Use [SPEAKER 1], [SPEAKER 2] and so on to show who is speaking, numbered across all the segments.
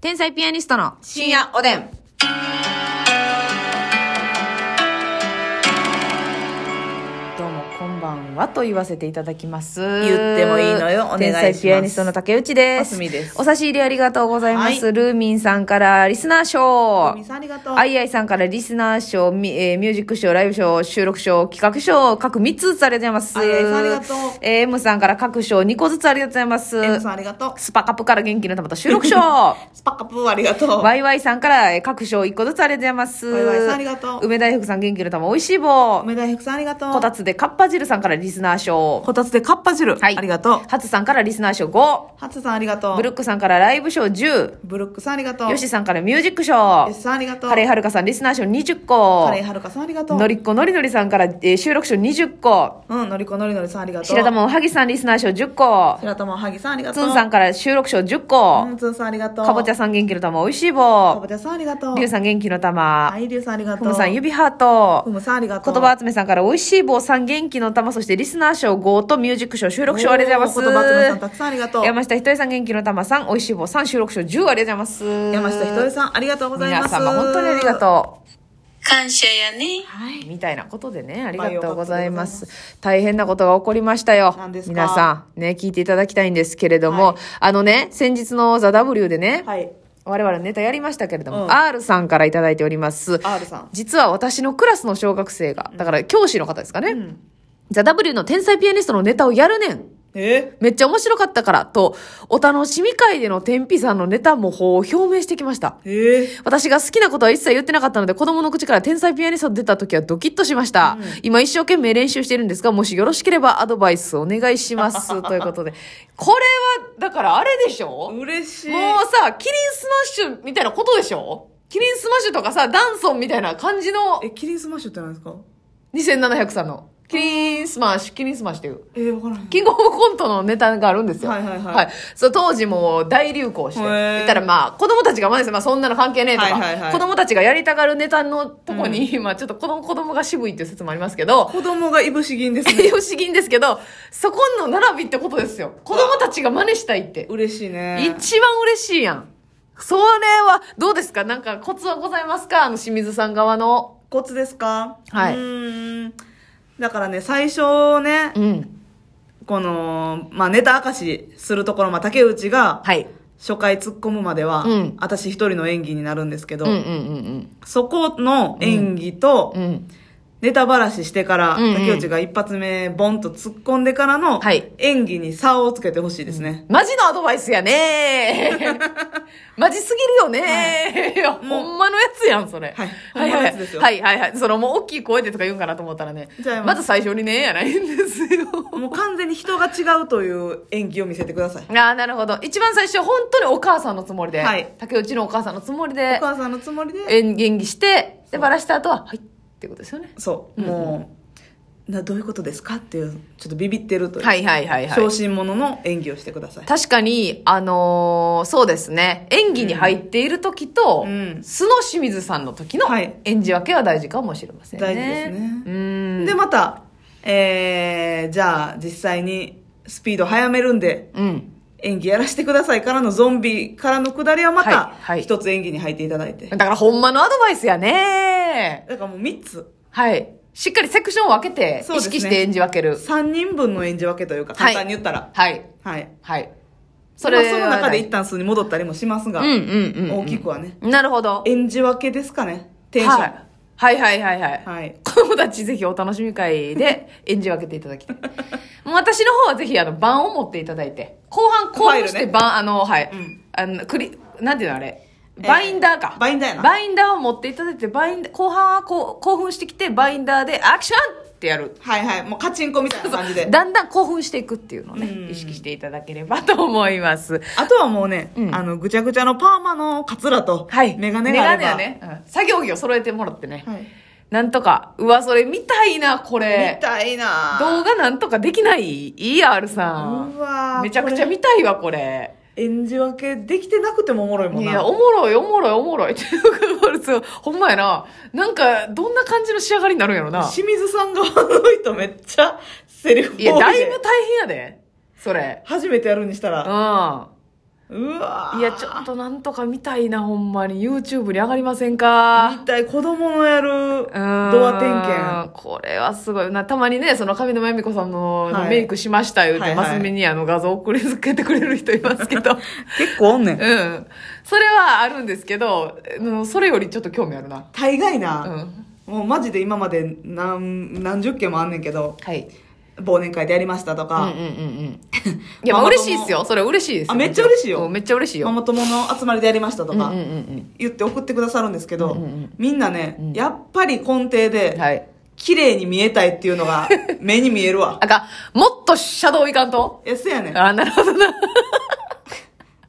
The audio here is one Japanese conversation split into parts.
[SPEAKER 1] 天才ピアニストの
[SPEAKER 2] 深夜おでん。
[SPEAKER 1] どうもこんばんはと言わせていただきます
[SPEAKER 2] 言ってもいいのよお願いします
[SPEAKER 1] 天才ピアニストの竹内です
[SPEAKER 2] ますみです
[SPEAKER 1] お差し入れありがとうございます、
[SPEAKER 2] は
[SPEAKER 1] ルーミンさんからリスナー賞
[SPEAKER 2] みさんありがとう。
[SPEAKER 1] あいあいさんからリスナー賞、ミ,、えーミュージック賞、ライブ賞、収録賞、企画賞、各3つずつありがとうございます。
[SPEAKER 2] あいあいさんありがとう
[SPEAKER 1] えー M さんから各賞2個ずつありがとうございま
[SPEAKER 2] M
[SPEAKER 1] す。
[SPEAKER 2] さんありがとう。
[SPEAKER 1] スパカップから元気の玉と収録 賞。
[SPEAKER 2] スパカップありがとう。
[SPEAKER 1] ワイワイさんからえー各賞1個ずつありがとうございます。
[SPEAKER 2] ワイワイさんありがとう
[SPEAKER 1] 梅大福さん元気の玉おいしい棒。
[SPEAKER 2] 梅田百さんありがとう。
[SPEAKER 1] こたつでかっぱ汁さんからリスナー賞。
[SPEAKER 2] こたつでカッパ汁。
[SPEAKER 1] はい。
[SPEAKER 2] ありがとう。
[SPEAKER 1] ハツさんからリスナー賞5。
[SPEAKER 2] ハツさんありがとう。
[SPEAKER 1] ブルックさんからライブ賞10。
[SPEAKER 2] ブルックさんありがとう。
[SPEAKER 1] ヨシさんからミュージック賞
[SPEAKER 2] ヨ。シさんありがとう。
[SPEAKER 1] カレーはるかさんリスナー賞20個。
[SPEAKER 2] カレーはるかさんありがとう。
[SPEAKER 1] のりっこのりのりさんから、えー収録賞20個。
[SPEAKER 2] うん、のりこのりのりさんありがとう。
[SPEAKER 1] 白玉おはぎさんリスナー賞10個。
[SPEAKER 2] 白玉はぎさんありがと
[SPEAKER 1] つ
[SPEAKER 2] う。
[SPEAKER 1] んさんから収録賞10個
[SPEAKER 2] う。ん、つんさんありがとう。
[SPEAKER 1] かぼちゃさん元気の玉おいしい
[SPEAKER 2] か
[SPEAKER 1] 棒
[SPEAKER 2] ぼ。ちゃさんありがとう。
[SPEAKER 1] りゅうさん元気の玉
[SPEAKER 2] は。い、りゅうさんありがと
[SPEAKER 1] ふ
[SPEAKER 2] う。
[SPEAKER 1] むさん
[SPEAKER 2] ゆ
[SPEAKER 1] 指ハート
[SPEAKER 2] ふ。むさんありがと
[SPEAKER 1] 言
[SPEAKER 2] う。
[SPEAKER 1] 葉集めさんからおいしい棒さん元気の玉。そしてリスナー賞5とミュージック賞収録賞ありがとうござい
[SPEAKER 2] おー言葉集めさん
[SPEAKER 1] ま
[SPEAKER 2] た
[SPEAKER 1] す。
[SPEAKER 2] くさんありがとう。
[SPEAKER 1] 山下ひとりさん元気の玉さん、おいしい棒さん収録賞10ありがとうございます。
[SPEAKER 2] 山下ひとり
[SPEAKER 1] ん
[SPEAKER 2] さんありがとうございま
[SPEAKER 1] 皆
[SPEAKER 2] す。
[SPEAKER 1] 様本当にありがとう。
[SPEAKER 3] 感謝やね。
[SPEAKER 2] はい。
[SPEAKER 1] みたいなことでね、ありが
[SPEAKER 2] まあ
[SPEAKER 1] とうございま。
[SPEAKER 2] よかったです
[SPEAKER 1] 大変なことが起こりましたよ
[SPEAKER 2] 何で。すか
[SPEAKER 1] 皆さん、ね、聞いていただきたいんですけれども、
[SPEAKER 2] はい
[SPEAKER 1] あのね、先日のザ・ W でね、
[SPEAKER 2] はい。
[SPEAKER 1] 我々ネタやりましたけれども、
[SPEAKER 2] うん
[SPEAKER 1] R さんからいただいております。
[SPEAKER 2] R さん。
[SPEAKER 1] 実は私のクラスの小学生が、だから教師の方ですかね、ザ・ W の天才ピアニストのネタをやるねん。
[SPEAKER 2] え
[SPEAKER 1] めっちゃ面白かったから、と、お楽しみ会での天日さんのネタ模倣を表明してきました。
[SPEAKER 2] え
[SPEAKER 1] 私が好きなことは一切言ってなかったので、子供の口から天才ピアニスト出た時はドキッとしました。今一生懸命練習しているんですが、もしよろしければアドバイスお願いし ます。ということで。これは、だからあれでしょもう
[SPEAKER 2] 嬉
[SPEAKER 1] さ、
[SPEAKER 2] しい。
[SPEAKER 1] キリンスマッシュみたいなことでしょキリンスマッシュとかさ、ダンソンみたいな感じの
[SPEAKER 2] え、キリンスマッシュって何ですか
[SPEAKER 1] 2700さんの。キリンスマッシュ、キリンスマッシュっていう。
[SPEAKER 2] えー、わからない。
[SPEAKER 1] キングオブコントのネタがあるんですよ。
[SPEAKER 2] はいはいはい
[SPEAKER 1] そう、当時もう大流行して。
[SPEAKER 2] へー
[SPEAKER 1] 言ったらまあ、子供たちがまあ、まあそんなの関係ねえとか、
[SPEAKER 2] はいはいはい
[SPEAKER 1] 子供たちがやりたがるネタのとこに、まあちょっとこの子供が渋いっていう説もありますけど、
[SPEAKER 2] 子供がいぶし銀ですね。
[SPEAKER 1] 栄養資んですけど、そこの並びってことですよ。子供たちが真似したいって。
[SPEAKER 2] 嬉しいね。
[SPEAKER 1] 一番嬉しいやん。それは、どうですかなんかコツはございますかあの清水さん側の。
[SPEAKER 2] コツですか
[SPEAKER 1] はいう
[SPEAKER 2] ーん。だからね、最初ね
[SPEAKER 1] う、ん。
[SPEAKER 2] この、まあ、ネタ明かしするところ、まあ、竹内が、
[SPEAKER 1] はい。
[SPEAKER 2] 初回突っ込むまでは、
[SPEAKER 1] うん
[SPEAKER 2] 私一人の演技になるんですけ
[SPEAKER 1] う
[SPEAKER 2] ど、
[SPEAKER 1] んうんうん
[SPEAKER 2] そこの演技と、
[SPEAKER 1] うん。うん。
[SPEAKER 2] ネタばらししてから、
[SPEAKER 1] うんうん
[SPEAKER 2] 竹内が一発目、ボンと突っ込んでからの
[SPEAKER 1] はい、
[SPEAKER 2] 演技に差をつけてほしいですね。
[SPEAKER 1] マジのアドバイスやね マジすぎるよね、い、や、
[SPEAKER 2] もう
[SPEAKER 1] ほんまのやつやん、それ。
[SPEAKER 2] はい
[SPEAKER 1] はい
[SPEAKER 2] ほんまの
[SPEAKER 1] は
[SPEAKER 2] や
[SPEAKER 1] い
[SPEAKER 2] つですよ
[SPEAKER 1] はいはいはい。そのもう大きい声でとか言うんかなと思ったらね
[SPEAKER 2] じゃあ。
[SPEAKER 1] まず最初にね、やないんです よ。
[SPEAKER 2] もう完全に人が違うという演技を見せてください。
[SPEAKER 1] ああ、なるほど。一番最初、本当にお母さんのつもりで。
[SPEAKER 2] はい
[SPEAKER 1] 竹内のお母さんのつもり
[SPEAKER 2] お
[SPEAKER 1] で、
[SPEAKER 2] 母さんのつもりで、
[SPEAKER 1] 演演技して、で、バラした後は、はい、ってことですよね。
[SPEAKER 2] そう、もう、な、どういうことですかっていう、ちょっとビビってるという、
[SPEAKER 1] はいはいはいはい
[SPEAKER 2] 小。心者の演技をしてください。
[SPEAKER 1] 確かに、あのーそうですね。演技に入っている時と、
[SPEAKER 2] うんうん
[SPEAKER 1] 素の清水さんの時の
[SPEAKER 2] はい
[SPEAKER 1] 演じ分けは大事かもしれませんね。
[SPEAKER 2] 大事ですね
[SPEAKER 1] うん。
[SPEAKER 2] で、また、えー、じゃあ、実際にスピード早めるんで、
[SPEAKER 1] うん。
[SPEAKER 2] 演技やらせてくださいからのゾンビからの下りはま
[SPEAKER 1] は
[SPEAKER 2] た
[SPEAKER 1] いはい
[SPEAKER 2] 一つ演技に入っていただいて、
[SPEAKER 1] だから、ほんまのアドバイスやね。
[SPEAKER 2] だからもう3つ
[SPEAKER 1] はい。しっかりセクションを分けて、
[SPEAKER 2] そう
[SPEAKER 1] 意
[SPEAKER 2] ですね
[SPEAKER 1] 識して演じ分ける。
[SPEAKER 2] 3人分の演じ分けというか
[SPEAKER 1] はい
[SPEAKER 2] 簡単に言ったら
[SPEAKER 1] はい。
[SPEAKER 2] はい、
[SPEAKER 1] はい。
[SPEAKER 2] それその
[SPEAKER 1] は
[SPEAKER 2] 中で
[SPEAKER 1] ない
[SPEAKER 2] 一旦数に戻ったりもしますが、
[SPEAKER 1] うんうんうんうん。
[SPEAKER 2] 大きくはね
[SPEAKER 1] なるほど。
[SPEAKER 2] 演じ分けですかねテンション
[SPEAKER 1] はいはいはいはいはい。
[SPEAKER 2] はい
[SPEAKER 1] 子供たちぜひお楽しみ会で演じ分けていただきたい。もう私の方はぜひあの、盤を持っていただいて、後半興奮し
[SPEAKER 2] ファイ
[SPEAKER 1] て
[SPEAKER 2] ルね
[SPEAKER 1] 盤、あの、はい、
[SPEAKER 2] うん
[SPEAKER 1] あの、クリ、なんていうのあれ、
[SPEAKER 2] えー
[SPEAKER 1] バインダーか。
[SPEAKER 2] バインダーやな
[SPEAKER 1] バインダーを持っていただいて、バインダー、後半はこう興奮してきて、バインダーでアクションってやる。
[SPEAKER 2] はいはいもうカチンコみたいな感 じで
[SPEAKER 1] だんだん興奮していくっていうのを
[SPEAKER 2] うん
[SPEAKER 1] ね、意識していただければと思います。
[SPEAKER 2] あとはもうね、
[SPEAKER 1] うん
[SPEAKER 2] あのぐちゃぐちゃのパーマのカツラと
[SPEAKER 1] はい。
[SPEAKER 2] メガネがあれば、
[SPEAKER 1] メガネはね、うん作業着を揃えてもらってね。
[SPEAKER 2] はい
[SPEAKER 1] なんとか、うわ、それ見たいな、これ
[SPEAKER 2] 見。たいな
[SPEAKER 1] 動画なんとかできないいいや、R さ
[SPEAKER 2] う
[SPEAKER 1] ん。
[SPEAKER 2] わー
[SPEAKER 1] めちゃくちゃ
[SPEAKER 2] こ
[SPEAKER 1] 見たいわ、これ。
[SPEAKER 2] れ演じ分けできてなくてもおもろいもん
[SPEAKER 1] い
[SPEAKER 2] な
[SPEAKER 1] や、おもろい、おもろい、おもろい。 っていうか、R さん、ほんまやな。なんか、どんな感じの仕上がりになるんやろな。
[SPEAKER 2] 清水さん側の人めっちゃセリフ多い
[SPEAKER 1] い
[SPEAKER 2] で
[SPEAKER 1] や、だいぶ大変やで。それ。
[SPEAKER 2] 初めてやるにした
[SPEAKER 1] うん。
[SPEAKER 2] ら、
[SPEAKER 1] ま
[SPEAKER 2] うわー
[SPEAKER 1] いや、ちょっとなんとか見たいな、ほんまに。YouTube に上がりませんか
[SPEAKER 2] 一体子供のやる
[SPEAKER 1] う
[SPEAKER 2] ド
[SPEAKER 1] ーん
[SPEAKER 2] ア点検。
[SPEAKER 1] これはすごいな。たまにね、その上沼恵美子さんの
[SPEAKER 2] はい
[SPEAKER 1] メイクしましたよって、
[SPEAKER 2] はいはい
[SPEAKER 1] マス目にあの画像送り付けてくれる人いますけど。
[SPEAKER 2] 結構おんねん。
[SPEAKER 1] うん。それはあるんですけど、うんそれよりちょっと興味あるな。
[SPEAKER 2] 大概
[SPEAKER 1] う
[SPEAKER 2] な、
[SPEAKER 1] ん。
[SPEAKER 2] もうマジで今まで何何十件もあんねんけど、
[SPEAKER 1] はい。
[SPEAKER 2] 忘年会でやりましたと
[SPEAKER 1] うんうんう
[SPEAKER 2] か、
[SPEAKER 1] んうん。いや、まあ
[SPEAKER 2] ママ友
[SPEAKER 1] 嬉しいですよ。それは嬉しいですよ。
[SPEAKER 2] あめっちゃ嬉しいよ
[SPEAKER 1] うんめっちゃ嬉しい
[SPEAKER 2] マ
[SPEAKER 1] よ。
[SPEAKER 2] マ友の集まりでやりましたと
[SPEAKER 1] うんうん
[SPEAKER 2] か
[SPEAKER 1] うん、うん。
[SPEAKER 2] 言って送ってくださるんですけど、
[SPEAKER 1] うんうんうん
[SPEAKER 2] みんなね、
[SPEAKER 1] うん
[SPEAKER 2] やっぱり根底で、
[SPEAKER 1] はい。
[SPEAKER 2] 綺麗に見えたいっていう のが目に見えるわ。
[SPEAKER 1] あかん、もっとシャドウいかんと
[SPEAKER 2] え、そうやねん。
[SPEAKER 1] あ、なるほどな。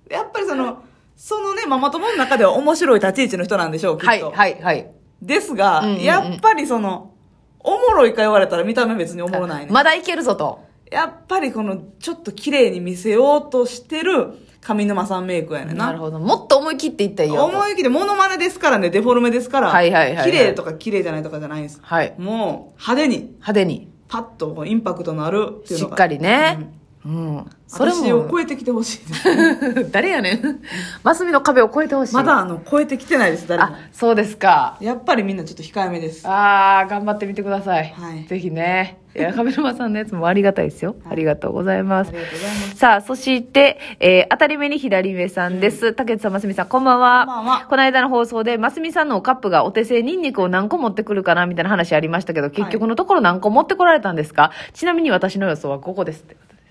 [SPEAKER 2] やっぱりその、そのね、ママ友の中では面白い立ち位置の人なんでしょう、きっと。
[SPEAKER 1] はい、はい、はい。
[SPEAKER 2] ですが、
[SPEAKER 1] うんうんうん
[SPEAKER 2] やっぱりその、おもろいか言われたら見た目別におもろないね。
[SPEAKER 1] まだいけるぞと。
[SPEAKER 2] やっぱりこの、ちょっと綺麗に見せようとしてる上沼さんメイクやねんな。
[SPEAKER 1] なるほど。もっと思い切っていったらいいよと。
[SPEAKER 2] 思い切りモノマネですからね、デフォルメですから、
[SPEAKER 1] はいはいはいはい
[SPEAKER 2] 綺麗とか綺麗じゃないとかじゃないんです。
[SPEAKER 1] はい。
[SPEAKER 2] もう、派手に、
[SPEAKER 1] 派手に。
[SPEAKER 2] パッとこうインパクトのあるっていう
[SPEAKER 1] し
[SPEAKER 2] の
[SPEAKER 1] っ
[SPEAKER 2] が。
[SPEAKER 1] かりね。うん。それ
[SPEAKER 2] 私を
[SPEAKER 1] も、
[SPEAKER 2] 超えてきてほしいです。
[SPEAKER 1] 誰やねん。マスミの壁を越えてほしい。
[SPEAKER 2] まだあの、超えてきてないです、誰も。
[SPEAKER 1] あ、そうですか。
[SPEAKER 2] やっぱりみんなちょっと控えめです。
[SPEAKER 1] あー、頑張ってみてください。
[SPEAKER 2] はい
[SPEAKER 1] ぜひね。いや、上沼さんのやつもありがたいですよ。
[SPEAKER 2] はい
[SPEAKER 1] ありがとうございま
[SPEAKER 2] あ
[SPEAKER 1] す
[SPEAKER 2] り。がとうございます。
[SPEAKER 1] さあ、そして、えー当たり目に左目さんです。竹内さん、ますみさん、こんばんは。
[SPEAKER 2] こんばんは
[SPEAKER 1] この間の放送で、ますみさんのカップがお手製ニンニクを何個持ってくるかな、みたいな話ありましたけど、結局のところ何個持ってこられたんですか、ちなみに私の予想は5個ですってことです。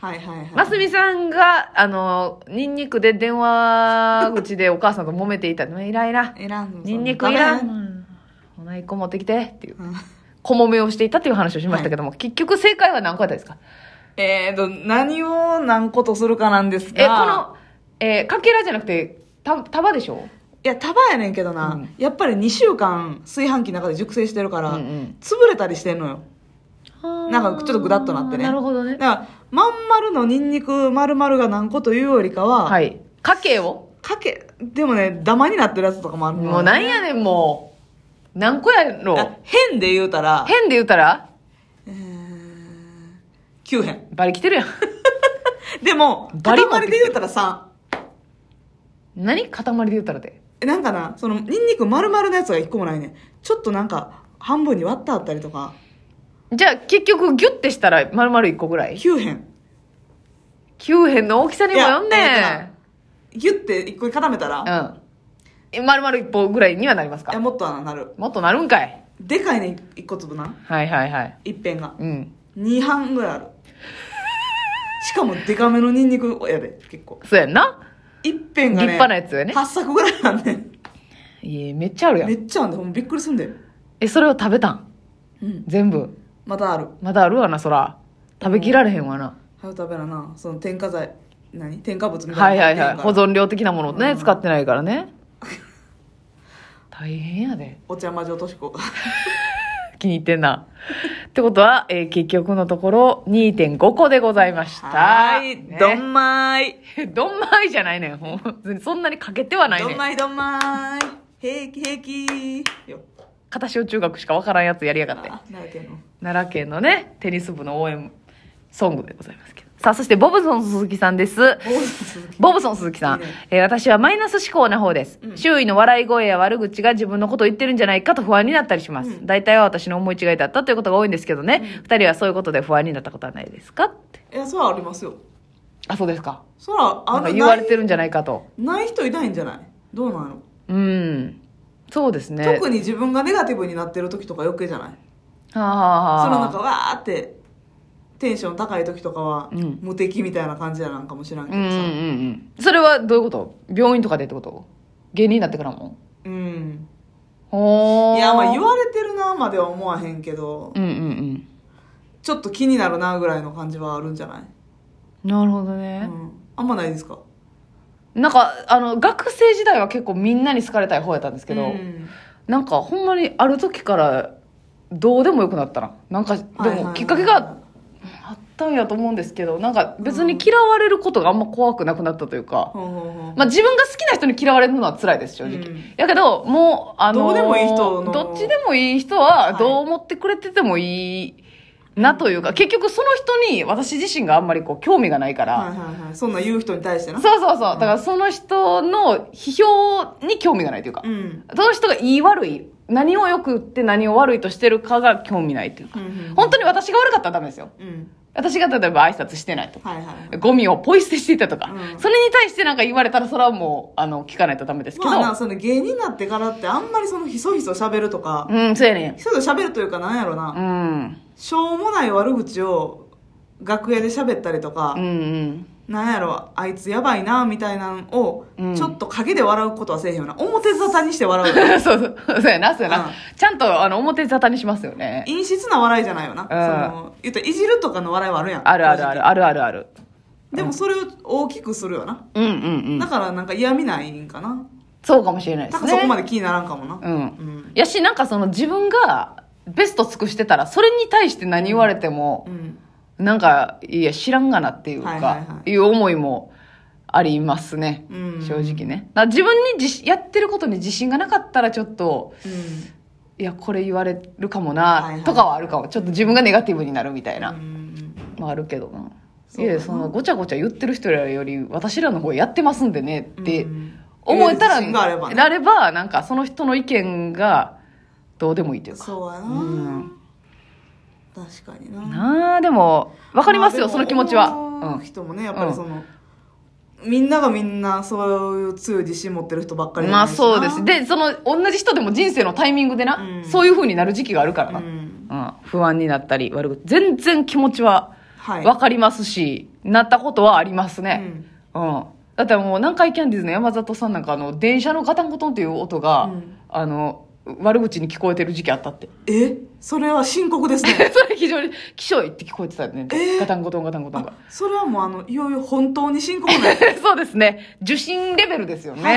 [SPEAKER 2] はいはいはい。
[SPEAKER 1] ますみさんが、あの、ニンニクで電話口でお母さんと揉めていた。いらいら。
[SPEAKER 2] いらんぞ
[SPEAKER 1] ニンニクいら
[SPEAKER 2] ダメね
[SPEAKER 1] ん。ほな、1個持ってきて、っていう。
[SPEAKER 2] うん
[SPEAKER 1] 小揉めをしていたという話をしましたけども、結局正解は何個やったですか
[SPEAKER 2] えーと、何を何個とするかなんですが。
[SPEAKER 1] え、この、えーかけらじゃなくて、た、束でしょ
[SPEAKER 2] いや、束やねんけどな、
[SPEAKER 1] うん
[SPEAKER 2] やっぱり2週間炊飯器の中で熟成してるから、
[SPEAKER 1] うんうん
[SPEAKER 2] 潰れたりしてんのよ。な
[SPEAKER 1] なん
[SPEAKER 2] かちょっとグダッとなってね
[SPEAKER 1] なるほど
[SPEAKER 2] だ
[SPEAKER 1] ね
[SPEAKER 2] か。ら、まん丸のニンニク丸々が何個というよりかは、
[SPEAKER 1] はい。家計を
[SPEAKER 2] かけ、でもね、ダマになってるやつとかもあるのよ
[SPEAKER 1] もうなんやねん、もう。何個や
[SPEAKER 2] あ
[SPEAKER 1] ろ
[SPEAKER 2] 変で言うたら、
[SPEAKER 1] 変で言うたら、
[SPEAKER 2] えー9変。
[SPEAKER 1] バリ来てるやん。
[SPEAKER 2] でも、
[SPEAKER 1] バリ持ってき
[SPEAKER 2] 塊
[SPEAKER 1] て
[SPEAKER 2] で言うたら3。
[SPEAKER 1] 何塊で言うたらで。
[SPEAKER 2] えなんかな、その、ニンニク丸々のやつが1個もないねんちょっとなんか、半分に割ってあったりとか、
[SPEAKER 1] じゃあ結局ギュッてしたら丸々1個ぐらい
[SPEAKER 2] 9変。
[SPEAKER 1] 球辺の大きさにもよん
[SPEAKER 2] いや
[SPEAKER 1] ね
[SPEAKER 2] ギュって1個に固めたら、
[SPEAKER 1] ん。うんえ。丸々1個ぐらいにはなります
[SPEAKER 2] いや
[SPEAKER 1] か
[SPEAKER 2] もっとはなる。
[SPEAKER 1] もっとなるんかい。
[SPEAKER 2] でかいね、1個粒な。
[SPEAKER 1] はいはいはい。
[SPEAKER 2] 一辺が。
[SPEAKER 1] うん。
[SPEAKER 2] 2半ぐらいある。しかもデカめのニンニクやで、結構。
[SPEAKER 1] そうやんな。
[SPEAKER 2] 一辺がね、
[SPEAKER 1] 立派なやつやね
[SPEAKER 2] 8作ぐらいあんねん。
[SPEAKER 1] いえ、めっちゃあるや
[SPEAKER 2] め
[SPEAKER 1] ん。
[SPEAKER 2] っちゃあんで、ほんまびっくりすんだよ。
[SPEAKER 1] え、それを食べたん
[SPEAKER 2] うん。
[SPEAKER 1] 全部。
[SPEAKER 2] またある。
[SPEAKER 1] まだあるわな、そら。食べきられへんわな。
[SPEAKER 2] はよ食べなな、その添加剤、何添加物みた
[SPEAKER 1] はいい
[SPEAKER 2] な。
[SPEAKER 1] はいはい。保。存料的なものをね、
[SPEAKER 2] うん
[SPEAKER 1] 使ってないからね。大変やで。
[SPEAKER 2] お茶魔女としこ。
[SPEAKER 1] 気に入ってんな。ってことは、えー結局のところ2.5個でございました。
[SPEAKER 2] はい、
[SPEAKER 1] ね
[SPEAKER 2] どんまーい。
[SPEAKER 1] どんまいじゃないねん。ほんまにそんなにかけてはない
[SPEAKER 2] ど
[SPEAKER 1] ね
[SPEAKER 2] ん
[SPEAKER 1] ん。
[SPEAKER 2] まいどんまーい。平気平気。よ。
[SPEAKER 1] 片潮中学しかわからんやつやりやがって。
[SPEAKER 2] あ、なるけど。
[SPEAKER 1] 奈良県のね、テニス部の応援ソングでございますけど。さあ、そしてボブソン鈴木さんです。
[SPEAKER 2] お鈴木
[SPEAKER 1] ボブソン鈴木さん、
[SPEAKER 2] いいね
[SPEAKER 1] えー私はマイナス思考な方です、
[SPEAKER 2] うん
[SPEAKER 1] 周囲の笑い声や悪口が自分のことを言ってるんじゃないかと不安になったりします、
[SPEAKER 2] うん
[SPEAKER 1] 大体は私の思い違いだったということが多いんですけどね、二人はそういうことで不安になったことはないですかって
[SPEAKER 2] いや、そらありますよ。
[SPEAKER 1] あそうですか
[SPEAKER 2] そら、
[SPEAKER 1] な
[SPEAKER 2] あ
[SPEAKER 1] ん
[SPEAKER 2] の
[SPEAKER 1] か言われてるんじゃないかと
[SPEAKER 2] ない人いないんじゃないどうなの、
[SPEAKER 1] うんそうですね
[SPEAKER 2] 特に自分がネガティブになってる時とか余計じゃない
[SPEAKER 1] はあはあはあ
[SPEAKER 2] その中わーってテンション高い時とかは、
[SPEAKER 1] うん
[SPEAKER 2] 無敵みたいな感じやなんかもしらんけ
[SPEAKER 1] う
[SPEAKER 2] ど
[SPEAKER 1] んうんう
[SPEAKER 2] さ
[SPEAKER 1] んうんそれはどういうこと病院とかでってこと芸人になってからも
[SPEAKER 2] うん、
[SPEAKER 1] ほー
[SPEAKER 2] いやまあ言われてるなまでは思わへんけど、
[SPEAKER 1] うんうんうん
[SPEAKER 2] ちょっと気になるなぐらいの感じはあるんじゃない、
[SPEAKER 1] なるほど
[SPEAKER 2] う
[SPEAKER 1] ね、
[SPEAKER 2] ん、あんまないですか
[SPEAKER 1] なんかあの学生時代は結構みんなに好かれたい方やったんですけど、
[SPEAKER 2] うん
[SPEAKER 1] なんかほんまにある時からどうでもよくなったななんかで
[SPEAKER 2] はいはい
[SPEAKER 1] も
[SPEAKER 2] はい
[SPEAKER 1] きっかけがあったんやと思うんですけどなんか別に嫌われることがあんま怖くなくなったというか、
[SPEAKER 2] ほうほうほう
[SPEAKER 1] まあ、自分が好きな人に嫌われるのは辛いです正直、
[SPEAKER 2] うん
[SPEAKER 1] やけどもうあのー
[SPEAKER 2] どうでもいい人の
[SPEAKER 1] どっちでもいい人
[SPEAKER 2] はい
[SPEAKER 1] はどう思ってくれててもいいなというか、結局その人に私自身があんまりこう興味がないから、
[SPEAKER 2] はいはいはい。そんなん言う人に対してな。
[SPEAKER 1] そうそうそう。だからその人の批評に興味がないというか、
[SPEAKER 2] うん。
[SPEAKER 1] その人が言い悪い、何を良くって何を悪いとしてるかが興味ないというか、
[SPEAKER 2] うんうんうん
[SPEAKER 1] 本当に私が悪かったらダメですよ。
[SPEAKER 2] うん。
[SPEAKER 1] 私が例えば挨拶してないとか、
[SPEAKER 2] はいはいはい。
[SPEAKER 1] ゴミをポイ捨てしていたとか、
[SPEAKER 2] うん
[SPEAKER 1] それに対してなんか言われたらそれはもう、あの、聞かないとダメですけど、
[SPEAKER 2] まあな、その芸人になってからってあんまりそのひそひそ喋るとか、
[SPEAKER 1] うん、そうやね
[SPEAKER 2] ひそひそ喋るというかなんやろ
[SPEAKER 1] う
[SPEAKER 2] な、
[SPEAKER 1] ん。
[SPEAKER 2] しょうもない悪口を楽屋で喋ったりとか
[SPEAKER 1] うん、うん。
[SPEAKER 2] なんやろ、あいつやばいな、みたいなんを
[SPEAKER 1] うん、
[SPEAKER 2] ちょっと陰で笑うことはせえへんよな。表沙汰にして笑うよな。
[SPEAKER 1] そうそう、そうやな、そうやな。
[SPEAKER 2] うん
[SPEAKER 1] ちゃんと、あの、表沙汰にしますよね。
[SPEAKER 2] 陰湿な笑いじゃないよな。
[SPEAKER 1] ん
[SPEAKER 2] その、言ったらいじるとかの笑いはあるやん。
[SPEAKER 1] あるあるある、あるあるある。
[SPEAKER 2] でもそれを大きくするよな。
[SPEAKER 1] うんうんう
[SPEAKER 2] だ
[SPEAKER 1] ん。
[SPEAKER 2] からなんか嫌味ないんかな。
[SPEAKER 1] そうかもしれないで
[SPEAKER 2] だ
[SPEAKER 1] す
[SPEAKER 2] から
[SPEAKER 1] ね。
[SPEAKER 2] そこまで気にならんかもな。
[SPEAKER 1] うん。
[SPEAKER 2] うん。
[SPEAKER 1] やし、なんかその自分がベスト尽くしてたら、それに対して何言われても
[SPEAKER 2] う、ん。
[SPEAKER 1] なんか、いや、知らんがなっていうか、
[SPEAKER 2] はいいはいは
[SPEAKER 1] う思いもありますね。
[SPEAKER 2] うん
[SPEAKER 1] 正直ね。だから自分に自信やってることに自信がなかったら、ちょっと、いや、これ言われるかも
[SPEAKER 2] はいは
[SPEAKER 1] な、
[SPEAKER 2] い
[SPEAKER 1] とかはあるかも。ちょっと自分がネガティブになるみたいな。
[SPEAKER 2] うん。
[SPEAKER 1] まああるけどな。
[SPEAKER 2] そ
[SPEAKER 1] いう
[SPEAKER 2] だな
[SPEAKER 1] や、その、ごちゃごちゃ言ってる人らより、私らの方やってますんでね、って
[SPEAKER 2] うん
[SPEAKER 1] 思えたら、
[SPEAKER 2] 自信があればね
[SPEAKER 1] なれば、なんか、その人の意見が、どうでもいいというか。
[SPEAKER 2] そうやな、
[SPEAKER 1] うん
[SPEAKER 2] 確かになわ
[SPEAKER 1] なあ、でも、わかりますよ、その気持ちは。うん。
[SPEAKER 2] 人もねやっぱりその、みんながみんなそういう強い自信持ってる人ばっかりじゃ
[SPEAKER 1] ま
[SPEAKER 2] な
[SPEAKER 1] あ
[SPEAKER 2] いしな
[SPEAKER 1] そうです。で、その、同じ人でも人生のタイミングでな、
[SPEAKER 2] うん
[SPEAKER 1] そういう風になる時期があるから
[SPEAKER 2] う
[SPEAKER 1] な。うん
[SPEAKER 2] ん
[SPEAKER 1] 不安になったり、悪く、全然気持ちは
[SPEAKER 2] はい
[SPEAKER 1] わかりますし、なったことはあります
[SPEAKER 2] う
[SPEAKER 1] ね。
[SPEAKER 2] ん
[SPEAKER 1] うん。だってもう、南海キャンディーズの山里さんなんか、あの、電車のガタンゴトンっていう音が、
[SPEAKER 2] うん
[SPEAKER 1] あの、悪口に聞こえてる時期あったって。
[SPEAKER 2] えそれは深刻ですね
[SPEAKER 1] それ非常に、きしょいって聞こえてたよね。
[SPEAKER 2] えー
[SPEAKER 1] ガタンゴトンガタンゴトンが。
[SPEAKER 2] それはもうあのいよいよ本当に深刻なやつ
[SPEAKER 1] そうですね。受信レベルですよね。
[SPEAKER 2] はい